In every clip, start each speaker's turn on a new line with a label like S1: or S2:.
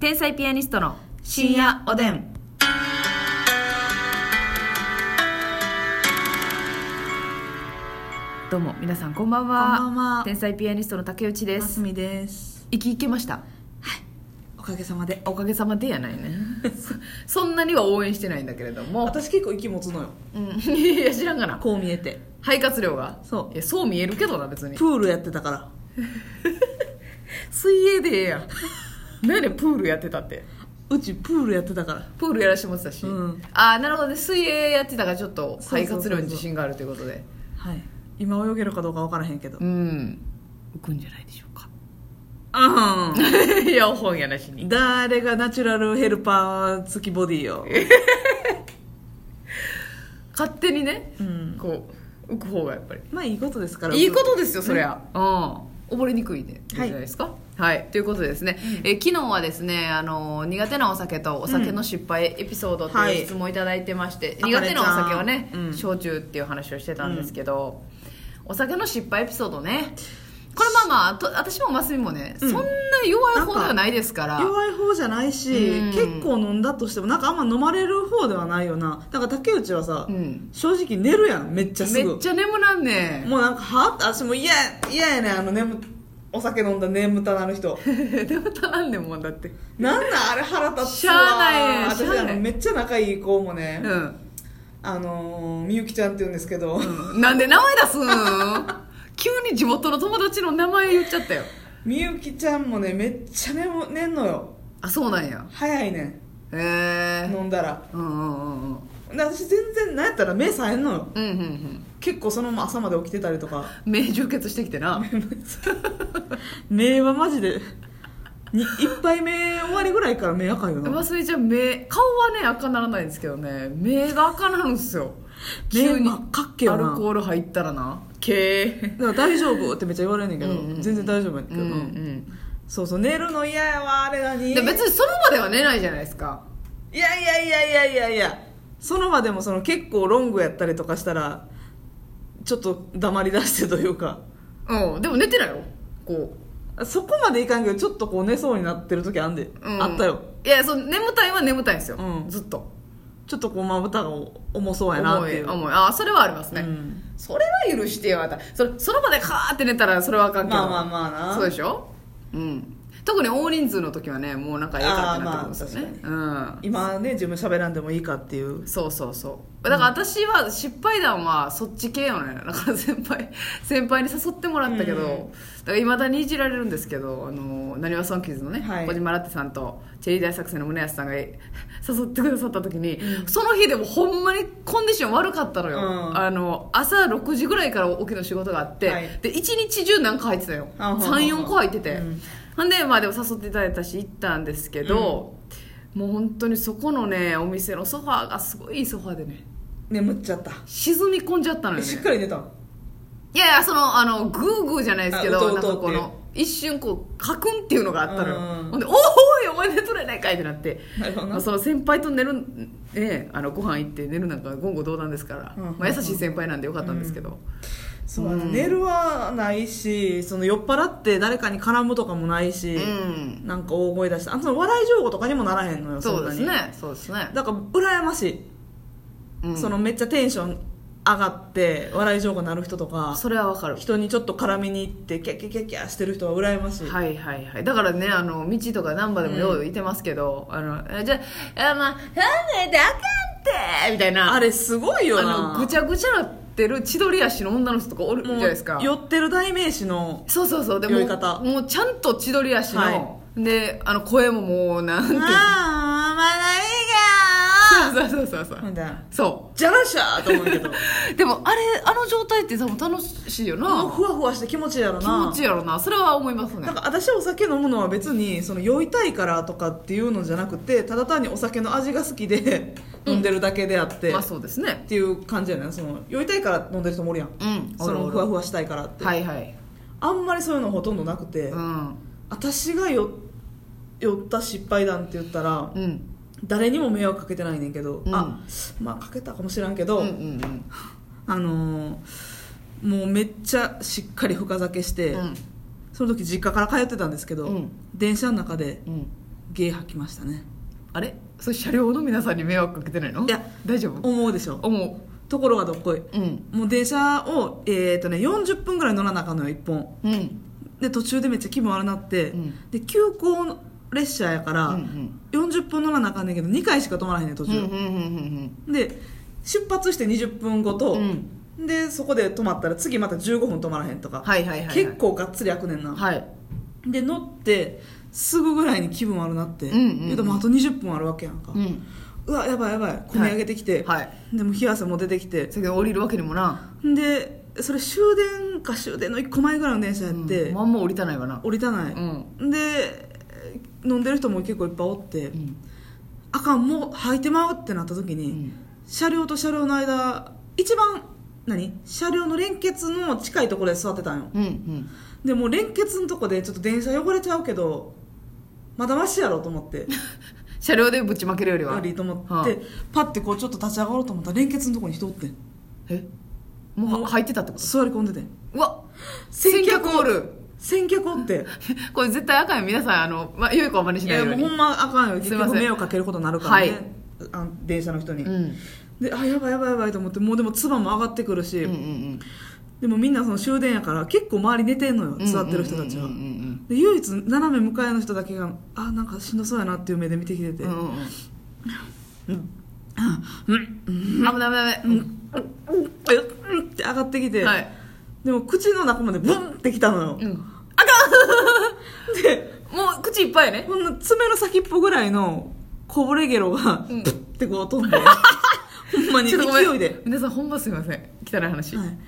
S1: 天才ピアニストの深夜おでん。どうも皆さんこんばんは。
S2: こんばんは
S1: 天才ピアニストの竹内で。
S2: ますすみです
S1: 生き生きました。
S2: おかげさまで
S1: おかげさまでやないね。 そんなには応援してないんだけれども。
S2: 私結構息持つのよ
S1: うん、 いや知らんがな。
S2: こう見えて
S1: 肺活量が。
S2: そう
S1: いやそう見えるけどな別 に
S2: プ。ールやってたから
S1: 水泳でええや ん。なんでプールやってたって。
S2: うちプールやってたから
S1: プールやらしてもらってたし、
S2: うん
S1: ああなるほどね水泳やってたからちょっと
S2: そうそうそうそう
S1: 肺活量に自信があるということで
S2: はい今泳げるかどうか分からへんけど
S1: うん浮くんじゃないでしょうか
S2: あん
S1: いや本やなしに
S2: 誰がナチュラルヘルパー付きボディよ
S1: 勝手にね、
S2: うん
S1: こう浮く方がやっぱり
S2: まあいいことですから
S1: いいことですよそりゃ、うん溺れにくいねじゃ
S2: は
S1: ないいですかはい、ということでですね、えー昨日はですねあのー苦手なお酒とお酒の失敗エピソードと
S2: は
S1: いう
S2: い
S1: 質問をいただいてまして、
S2: あか
S1: 苦
S2: ね
S1: 手
S2: ち
S1: な
S2: ゃん
S1: お酒はね、
S2: うん
S1: 焼酎っていう話をしてたんですけど、お酒の失敗エピソードねこれまあまあと私もますみもね、
S2: うん
S1: そんな弱い方ではないですから
S2: 弱い方じゃないし、
S1: うん
S2: 結構飲んだとしてもなんかあんま飲まれる方ではないよなだから竹内はさ、
S1: うん
S2: 正直寝るやんめっちゃす
S1: め
S2: ぐ
S1: っちゃ眠らんねん
S2: もうなんかはって私も嫌や嫌やねんあの眠お酒飲んだ眠たなる人
S1: 眠たなんねんもんだって
S2: なんなんあれ腹立つわ
S1: しゃあないしゃあ
S2: 私
S1: ない
S2: あのめっちゃ仲いい子も
S1: う
S2: ね、
S1: ん
S2: あのーみゆきちゃんって言うんですけど、
S1: うんなんで名前出すん急に地元の友達の名前言っちゃったよ
S2: みゆきちゃんもねめっちゃ眠寝んのよ
S1: あそうなんや
S2: 早いね
S1: へ
S2: ん
S1: え
S2: 飲んだら
S1: うんうんうんうん
S2: で私全然なんやったら目さえんのよ
S1: うんうんうん
S2: 結構そのまま朝まで起きてたりと か
S1: 目充血してきてな
S2: 目はマジでに一杯目終わりぐらいから目赤いよな
S1: ますみちゃん目顔はね赤ならないんですけどね目が赤なんですよ
S2: 目真っ赤っけよ
S1: アル
S2: な
S1: コール入ったらなけ
S2: だから大丈夫ってめっちゃ言われんねんけど、
S1: うんうん
S2: 全然大丈夫やねん
S1: ー
S2: けど、そうそう寝るの嫌やわあれ何
S1: で別にその場では寝ないじゃないですか
S2: いやいやいやいやいやいやその場でもその結構ロングやったりとかしたらちょっと黙り出してというか
S1: うんでも寝てないよこう
S2: そこまでいかんけどちょっとこう寝そうになってる時あんで、
S1: うん
S2: あったよ
S1: いやそう眠たいは眠たいんですよ、
S2: うん
S1: ずっと
S2: ちょっとこうまぶたが重そうやなっ
S1: 重
S2: てい
S1: いう重いああそれはありますね、
S2: うん
S1: それは許してよあなたそれその場でカーって寝たらそれはあかんけど
S2: まあまあまあな
S1: そうでしょうん特に大人数の時はねもうなんかええかってなってくるんですよね、
S2: 今ね自分喋らんでもいいかっていう
S1: うんそうそうそうだから私は失敗談はそっち系よねだから先輩 先輩に誘ってもらったけど、
S2: うん
S1: だからいまだにいじられるんですけどあのなにわソンキーズのね、
S2: はい
S1: 小島ラッテさんとチェリー大作戦の宗安さんが 誘ってくださった時に、その日でもほんまにコンディション悪かったのよ、
S2: うん
S1: あの朝6時ぐらいから起きの仕事があって、
S2: はい
S1: で一日中なんか入ってたよ
S2: あほうほうほう
S1: 34個入ってて、
S2: うん
S1: ほんでまあでも誘っていただいたし行ったんですけど、もう本当にそこのねお店のソファーがすごいいいソファーでね
S2: 眠っちゃった、
S1: 沈み込んじゃったのよね
S2: しっかり寝た
S1: いやいやそのあのグーグーじゃないですけ
S2: あうと
S1: ど
S2: う
S1: な
S2: と
S1: んかこの一瞬こうカクンっていうのがあったの
S2: う
S1: よ
S2: ん
S1: ほんで「おーおいお前寝とれないかい」ってなって
S2: なるほど
S1: まあ
S2: な
S1: その先輩と寝る、ね、あのご飯行って寝るなんか言語道断ですから、
S2: うん
S1: まあ、優しい先輩なんでよかったんですけど、
S2: そう、
S1: うん
S2: 寝るはないしその酔っ払って誰かに絡むとかもないし、
S1: うん
S2: なんか大声出してあその笑い情報とかにもならへんのよ
S1: そ
S2: ん
S1: う
S2: な
S1: で
S2: に
S1: すねそうですね、
S2: だから羨ましい、
S1: うん、
S2: そのめっちゃテンション上がって笑い情報なる人とか
S1: それはわかる
S2: 人にちょっと絡みに行ってキャッキャッキャッキャしてる人は羨ましい、
S1: はいはいはいだからねあの道とか難波でもよういてますけど、あのえじゃああまあなんであかんってみたいな
S2: あれすごいよな
S1: あのぐちゃぐちゃなってる千鳥足の女の人とかおるじゃ
S2: も
S1: な
S2: う
S1: いですか
S2: 酔ってる代名詞の
S1: そうそうそうで
S2: 酔
S1: も
S2: い方
S1: もうちゃんと千鳥足の、
S2: は
S1: であの声ももうなんていうの
S2: あ
S1: そうそうそうそう
S2: まだいいがーみたいな
S1: そ
S2: じゃらしゃーと思うけど
S1: うでもあれあの状態って多分楽しいよ
S2: もう
S1: な
S2: ふわふわして気持ちいいやろな
S1: 気持ちいいやろなそれは思いますね
S2: なんか私お酒飲むのは別にその酔いたいからとかっていうのじゃなくてただ単にお酒の味が好 きで飲んでるだけであって、
S1: まあ
S2: っ
S1: そうですね
S2: ていう感じやねその酔いたいから飲んでる人もおるやん
S1: うん
S2: そのふわふわしたいからって、
S1: はいはい
S2: あんまりそういうのほとんどなくて、
S1: うん
S2: 私が酔酔った失敗談って言ったら
S1: うん
S2: 誰にも迷惑かけてないねんけど、
S1: うん
S2: あまあかけたかもしらんけ
S1: う
S2: ど、
S1: んうん
S2: あのーもうめっちゃしっかり深酒して、
S1: うんうん
S2: その時実家から通ってたんですけど、
S1: うん
S2: 電車の中で
S1: うん
S2: 芸吐きましたね
S1: あれそれ車両の皆さんに迷惑かけてないの
S2: いや
S1: 大丈夫
S2: 思うでしょ
S1: 思
S2: ところがどっこい、
S1: ううん
S2: もう電車を、えーとね、40分ぐらい乗らなあかんのよ1本
S1: うん
S2: で途中でめっちゃ気分悪なって、
S1: うん
S2: で急行列車やから、
S1: うん
S2: 40分乗らなあかんねんけど2回しか止まらへんねん途
S1: うんう
S2: 中、
S1: んうんうん
S2: で出発して20分後と、
S1: うん
S2: でそこで止まったら次また15分止まらへんとか、
S1: はいはいはいはい
S2: 結構がっつり開くねんな、
S1: はい
S2: で乗ってすぐぐらいに気分悪なって、
S1: うんうんうん
S2: 言うともうあと20分あるわけやんか、う
S1: うん
S2: わやばいやばい込み上げてきて、
S1: はいは
S2: でもう冷や汗も出てきて
S1: せやけど降りるわけにもな
S2: でそれ終電か終電の1個前ぐらいの電車やって、
S1: うんまんま降りたないわな
S2: 降りたない、
S1: うん
S2: で飲んでる人も結構いっぱいおって、
S1: うん
S2: あかんもう吐いてまうってなった時
S1: う
S2: に、
S1: ん
S2: 車両と車両の間一番何車両の連結の近いところで座ってたんよ
S1: うんうん
S2: でもう連結のとこでちょっと電車汚れちゃうけどまだマシやろと思 って
S1: 車両でぶちまけるよりは
S2: 悪いと思って、
S1: はあ
S2: パッてこうちょっと立ち上がろうと思ったら連結のとこに人おってん
S1: えもうは入ってたってこと
S2: 座り込んでてん
S1: うわ先客おる
S2: 先客おって
S1: これ絶対あかんよ皆さんあの、ま、良い子は真似し
S2: い
S1: ない
S2: や
S1: よ
S2: も
S1: う
S2: う
S1: に
S2: ほんまあかんよ
S1: す
S2: 結
S1: いません
S2: 局迷惑かけることになるからね、
S1: はい
S2: あの電車の人に、
S1: うん
S2: であやばいやばいやばいと思ってもうでも唾も上がってくるし、
S1: うんうん
S2: でもみんなその終電やから結構周り寝てんのよ
S1: うん
S2: 座ってる人たちは、
S1: うんうん
S2: で唯一斜め向かいの人だけがあなんかしんどそうやなっていう目で見てきてて、
S1: うんうんうんうん
S2: うん
S1: うん危ない危ない危
S2: えうんって上がってきて、
S1: ないはい
S2: でも口の中までブンってきたのよ、
S1: うん
S2: で
S1: もう口いっぱいやね
S2: こんな爪の先っぽぐらいのこぼれゲロが、
S1: うん
S2: プッてこう飛んでほんまに
S1: ちょっとごめん
S2: 勢いで、
S1: 皆さんほんますいません汚い話、
S2: はい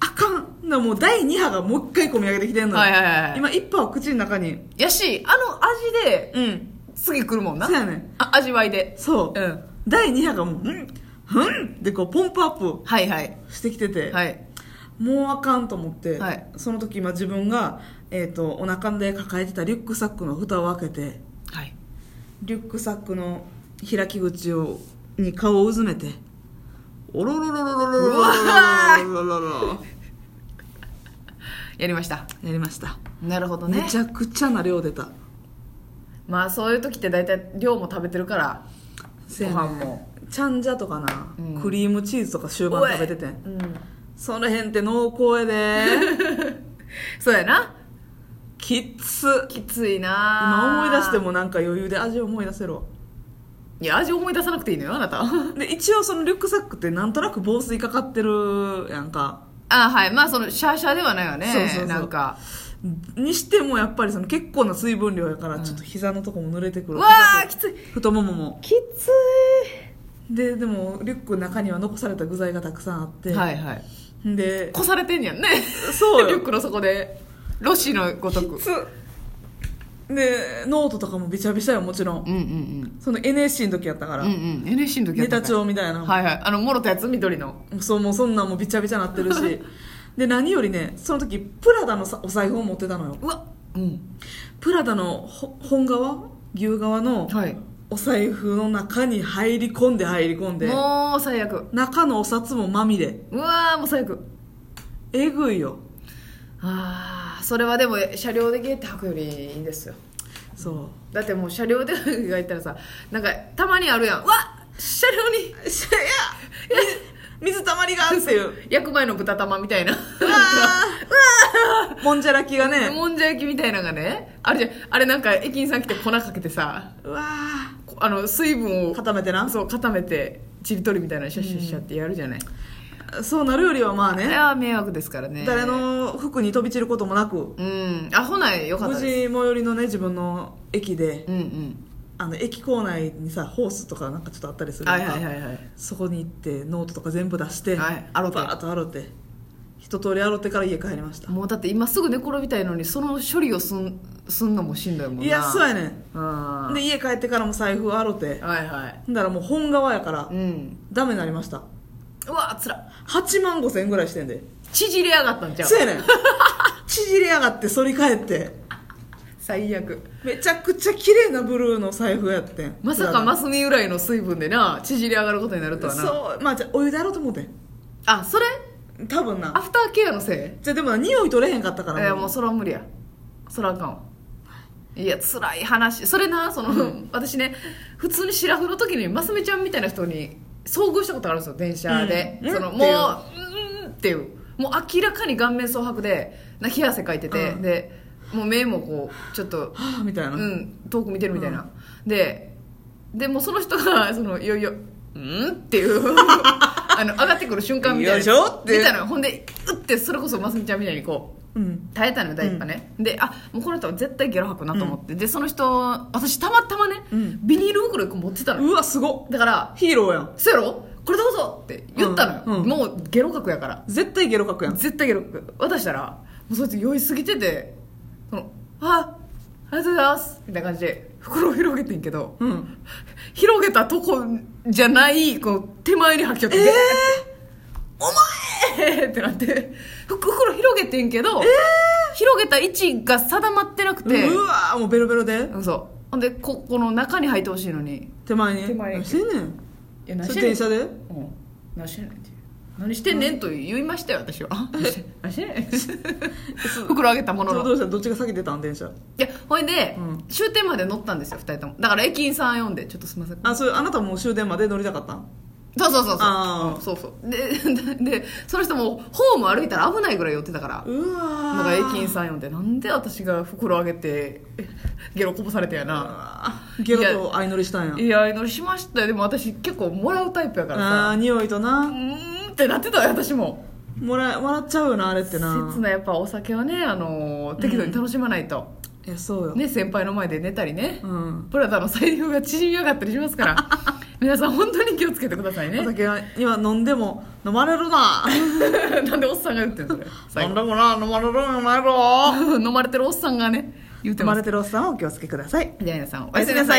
S2: あかんなもう第2波がもう一回込み上げてきてんのよ、
S1: はいはいはいはい
S2: 今1波は口の中に
S1: やしあの味で
S2: うん
S1: 次来るもんな
S2: そうやねん
S1: あ味わいで
S2: そう
S1: う、ん
S2: 第2波がもううんうんってこうポンプアップ
S1: はいはい
S2: してきてて、
S1: はい
S2: もうあかんと思って、
S1: はい
S2: その時今自分が、えー、とお腹で抱えてたリュックサックの蓋を開けて
S1: はい
S2: リュックサックの開き口をに顔をうずめておろろろろろろろろろろろろろろ
S1: やりました
S2: やりました、
S1: なるほど
S2: め
S1: ね
S2: ちゃくちゃな量出た
S1: まあそういう時って大体量も食べてるから
S2: せ
S1: ご
S2: やね
S1: 飯も
S2: ちゃんじゃとかな、
S1: うん
S2: クリームチーズとか終盤食べててん
S1: うん
S2: その辺って濃厚や で
S1: そうやな
S2: きっつ
S1: きついな
S2: 今思い出してもなんか余裕で味を思い出せるわ
S1: いや味思い出さなくていいのよあなた
S2: で一応そのリュックサックってなんとなく防水かかってるやんか
S1: あはいまあそのシャーシャーではないわね
S2: そうそうそう
S1: なんか
S2: にしてもやっぱりその結構な水分量やからちょっと膝のとこも濡れてく
S1: う
S2: る、
S1: わーきつい
S2: 太ももも
S1: きつ
S2: ででもリュックの中には残された具材がたくさんあって、
S1: いはいはい
S2: で
S1: こされてんやんね
S2: そう
S1: リ
S2: よ
S1: ュックの底でロシのごとく
S2: きつでノートとかもびちゃびちゃよもちろ
S1: う
S2: ん、
S1: んうん
S2: その NSC の時やったから、
S1: うんうんうん NSC の時や
S2: ネ
S1: った
S2: タ
S1: か
S2: 帳みたいな、
S1: はいはいあのもろたやつ緑の
S2: そうもうそんなんもびちゃびちゃなってるしで何よりねその時プラダのさお財布を持ってたのよ
S1: うわうん
S2: プラダのほ本革牛革の
S1: はい
S2: お財布の中に入り込んで入り込んで
S1: もう最悪
S2: 中のお札もまみれ
S1: うわーもう最悪
S2: えぐいよ
S1: ああそれはでも車両でゲーって吐くよりいいんですよ
S2: そ
S1: だってもう車両で が言ったらさなんかたまにあるやんうわ車両に
S2: うしいや水たまりがあるって いう
S1: 焼く前の豚玉みたいな
S2: もんじゃらきがね
S1: もんじゃ焼きみたいなのがねあれじゃあれなんか駅員さん来て粉かけてさ
S2: うわ
S1: こあの水分を
S2: ー固めてな
S1: そう固めてちりとりみたいなのシャッシャッシャッってやるじゃない、
S2: そうなるよりはまあ
S1: あれ
S2: ね
S1: は迷惑ですからね
S2: 誰の服に飛び散ることもなく
S1: うんあほないよかっ
S2: 無
S1: た
S2: 事
S1: です
S2: 最寄りのね自分の駅で
S1: うんうん
S2: あの駅構内にさホースとかなんかちょっとあったりする
S1: は
S2: や
S1: い
S2: んか
S1: はいはいはい
S2: そこに行ってノートとか全部出して、
S1: はい洗うて
S2: バーッと洗って一通り洗ってから家帰りました
S1: もうだって今すぐ寝転びたいのにその処理をすんすんのもしんどいもんない
S2: やそうやねん
S1: うん
S2: で家帰ってからも財布洗って
S1: はいはい
S2: ほんだらもう本革やから
S1: うん
S2: ダメになりました
S1: うわつら
S2: 8万5千円ぐらいしてんで
S1: 縮れやがったんちゃう
S2: そうやねん縮れやがって反り返って
S1: 最悪
S2: めちゃくちゃ綺麗なブルーの財布やってん
S1: まさかますみ由来の水分でな縮れ上がることになるとはな
S2: そうまあじゃあお湯で洗ろうと思ってん
S1: あそれ
S2: 多分な
S1: アフターケアのせい
S2: じゃあでもな匂い取れへんかったから
S1: いやもうそら無理やそらあかんわいや辛い話それなその、私ね普通に白フの時にますみちゃんみたいな人に遭遇したことあるんですよ電車で、
S2: うん
S1: その
S2: うん
S1: もううんっていうもう明らかに顔面蒼白で泣き汗かいてて、
S2: うん
S1: でもう目もこうちょっと
S2: はあみたいな、
S1: うん、遠く見てるみたいな、ででもうその人が そのいよいよ「ん?」っていう あの上がってくる瞬間みたいな
S2: よいしょって
S1: みたいなほんでうってそれこそますみちゃんみたいにこう
S2: うん
S1: 耐えたのよ第一波ね、であもうこの人は絶対ゲロ吐くなと思って、でその人私たまたまね、
S2: うん
S1: ビニール袋1個持ってたのよ
S2: うわすごっ
S1: だから
S2: ヒーローやん
S1: 「せやろこれどうぞ!」って言ったのよ、
S2: うんうん
S1: もうゲロ吐くやから
S2: 絶対ゲロ書くやん
S1: 絶対ゲロく渡したらもうそいつ酔いすぎててその「あありがとうございます」みたいな感じで袋を広げてんけど
S2: うん
S1: 広げたとこじゃないこう手前に吐きちゃって「
S2: ええ
S1: お前!」ってなってふく袋広げてんけど、広げた位置が定まってなくて
S2: うわもうベロベロで
S1: うんそうほんでここの中に入ってほしいのにい
S2: 手前に
S1: 手前に
S2: 何してんねん
S1: や何してんねん
S2: それ電車で
S1: うん何してんねんっていう何してんねんと言いましたよ私はあ何して何してんねん 袋あげたもの
S2: ど
S1: の
S2: うしたどっちが先出たん電車
S1: いやほいで、
S2: うん
S1: 終点まで乗ったんですよ2人ともだから駅員さん呼んでちょっとすみません
S2: あそうあなたもう終電まで乗りたかったん
S1: そうそうそうそう
S2: あー
S1: うんそうそうで でその人もホーム歩いたら危ないぐらい寄ってたから
S2: うわ
S1: だから駅員さん呼んでなんで私が袋あげてえゲロこぼされたやな
S2: さんゲロと相乗りしたんや
S1: いや相乗りしましたよでも私結構もらうタイプやから
S2: あー
S1: さ
S2: 匂いと
S1: う
S2: な
S1: ーんってなってたよ私も
S2: もら笑っちゃうよなあれってな
S1: 切ないやっぱお酒はねあのー適度に楽しまないと、
S2: いやそうよ、
S1: ね先輩の前で寝たりね、
S2: うん
S1: プラダの財布が縮み上がったりします から皆さん本当に気をつけてくださいね
S2: お酒は今飲んでも飲まれるな
S1: なんでおっさんが言ってんのそれ最
S2: 飲ん
S1: 後
S2: でもな飲まれるんやない ろ
S1: 飲まれてるおっさんがね言って
S2: 飲
S1: ま
S2: ますれてるおっさんはお気をつけください
S1: じゃあ皆さんお
S2: お
S1: やす
S2: やす
S1: みなさ
S2: みなさ
S1: い
S2: い